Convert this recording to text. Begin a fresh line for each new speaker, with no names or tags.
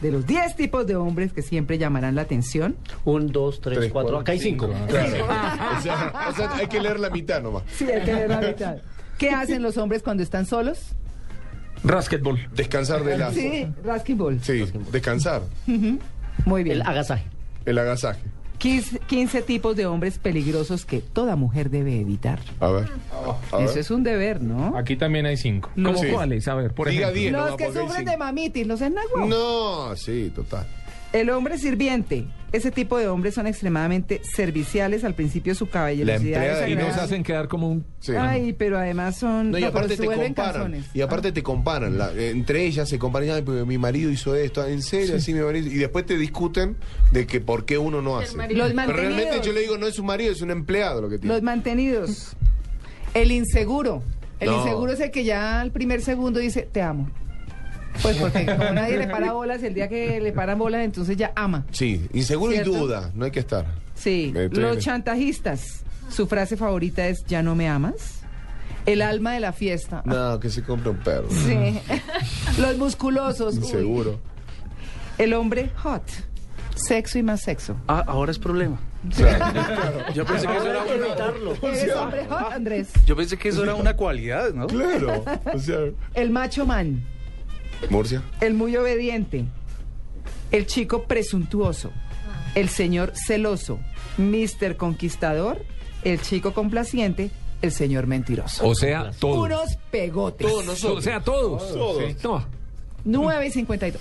De los 10 tipos de hombres que siempre llamarán la atención.
Un, dos, tres,
Tres,
cuatro.
cuatro,
Acá hay cinco. Ah,
cinco, Claro. O sea, o sea, hay que leer la mitad nomás.
Sí, hay que ver la mitad. ¿Qué hacen los hombres cuando están solos?
Rasketball.
Descansar de la... Sí,
Sí, Raskin Ball.
descansar.
Muy bien.
El agasaje.
El agasaje.
15, 15 tipos de hombres peligrosos que toda mujer debe evitar.
A ver. A ver.
Eso es un deber, ¿no?
Aquí también hay cinco.
No.
¿Cómo
Sí.
cuáles? A ver, por
Diga
ejemplo.
diez.
Los
no,
que
porque hay
sufren
cinco.
de mamitis, los enaguas.
No, sí, total.
El hombre sirviente. Ese tipo de hombres son extremadamente serviciales al principio su
La
caballerosidad.
empleada
es
Y nos
agradable.
hacen quedar como un...
Sí.
Ay, pero además son.
No, y
no, pero
aparte
se
te
vuelven
comparan.
canzones.
Y aparte te comparan. la- eh, entre ellas se comparan. "Ay, porque mi marido hizo esto. ah, En serio, así mi marido. Y después te discuten de que por qué uno no hace.
Los
Pero realmente
mantenidos.
yo le digo, no es un marido, es un empleado lo que tiene.
Los mantenidos. El inseguro. El
No.
inseguro es el que ya al primer segundo dice, te amo. Pues porque como nadie le para bolas, el día que le paran bolas, entonces ya ama.
Sí, inseguro
¿Cierto?
y duda. No hay que estar.
Sí.
Me estoy-
Los chantajistas. Su frase favorita es, ¿ya no me amas? El alma de la fiesta.
No, que se compre un perro.
Sí. Los musculosos. uy.
Inseguro.
El hombre hot. Sexo y más sexo.
Ah, ahora es problema.
Claro.
Yo pensé que eso era una,
¿Eres hombre hot, Andrés?
yo pensé que eso era una cualidad, ¿no?
Claro. O sea,
El macho man.
Murcia.
El muy obediente. El chico presuntuoso. El señor celoso. Mister conquistador. El chico complaciente. El señor mentiroso.
O sea, todos.
Unos pegotes.
O sea, todos.
Todos.
Sí. No.
9 y 52.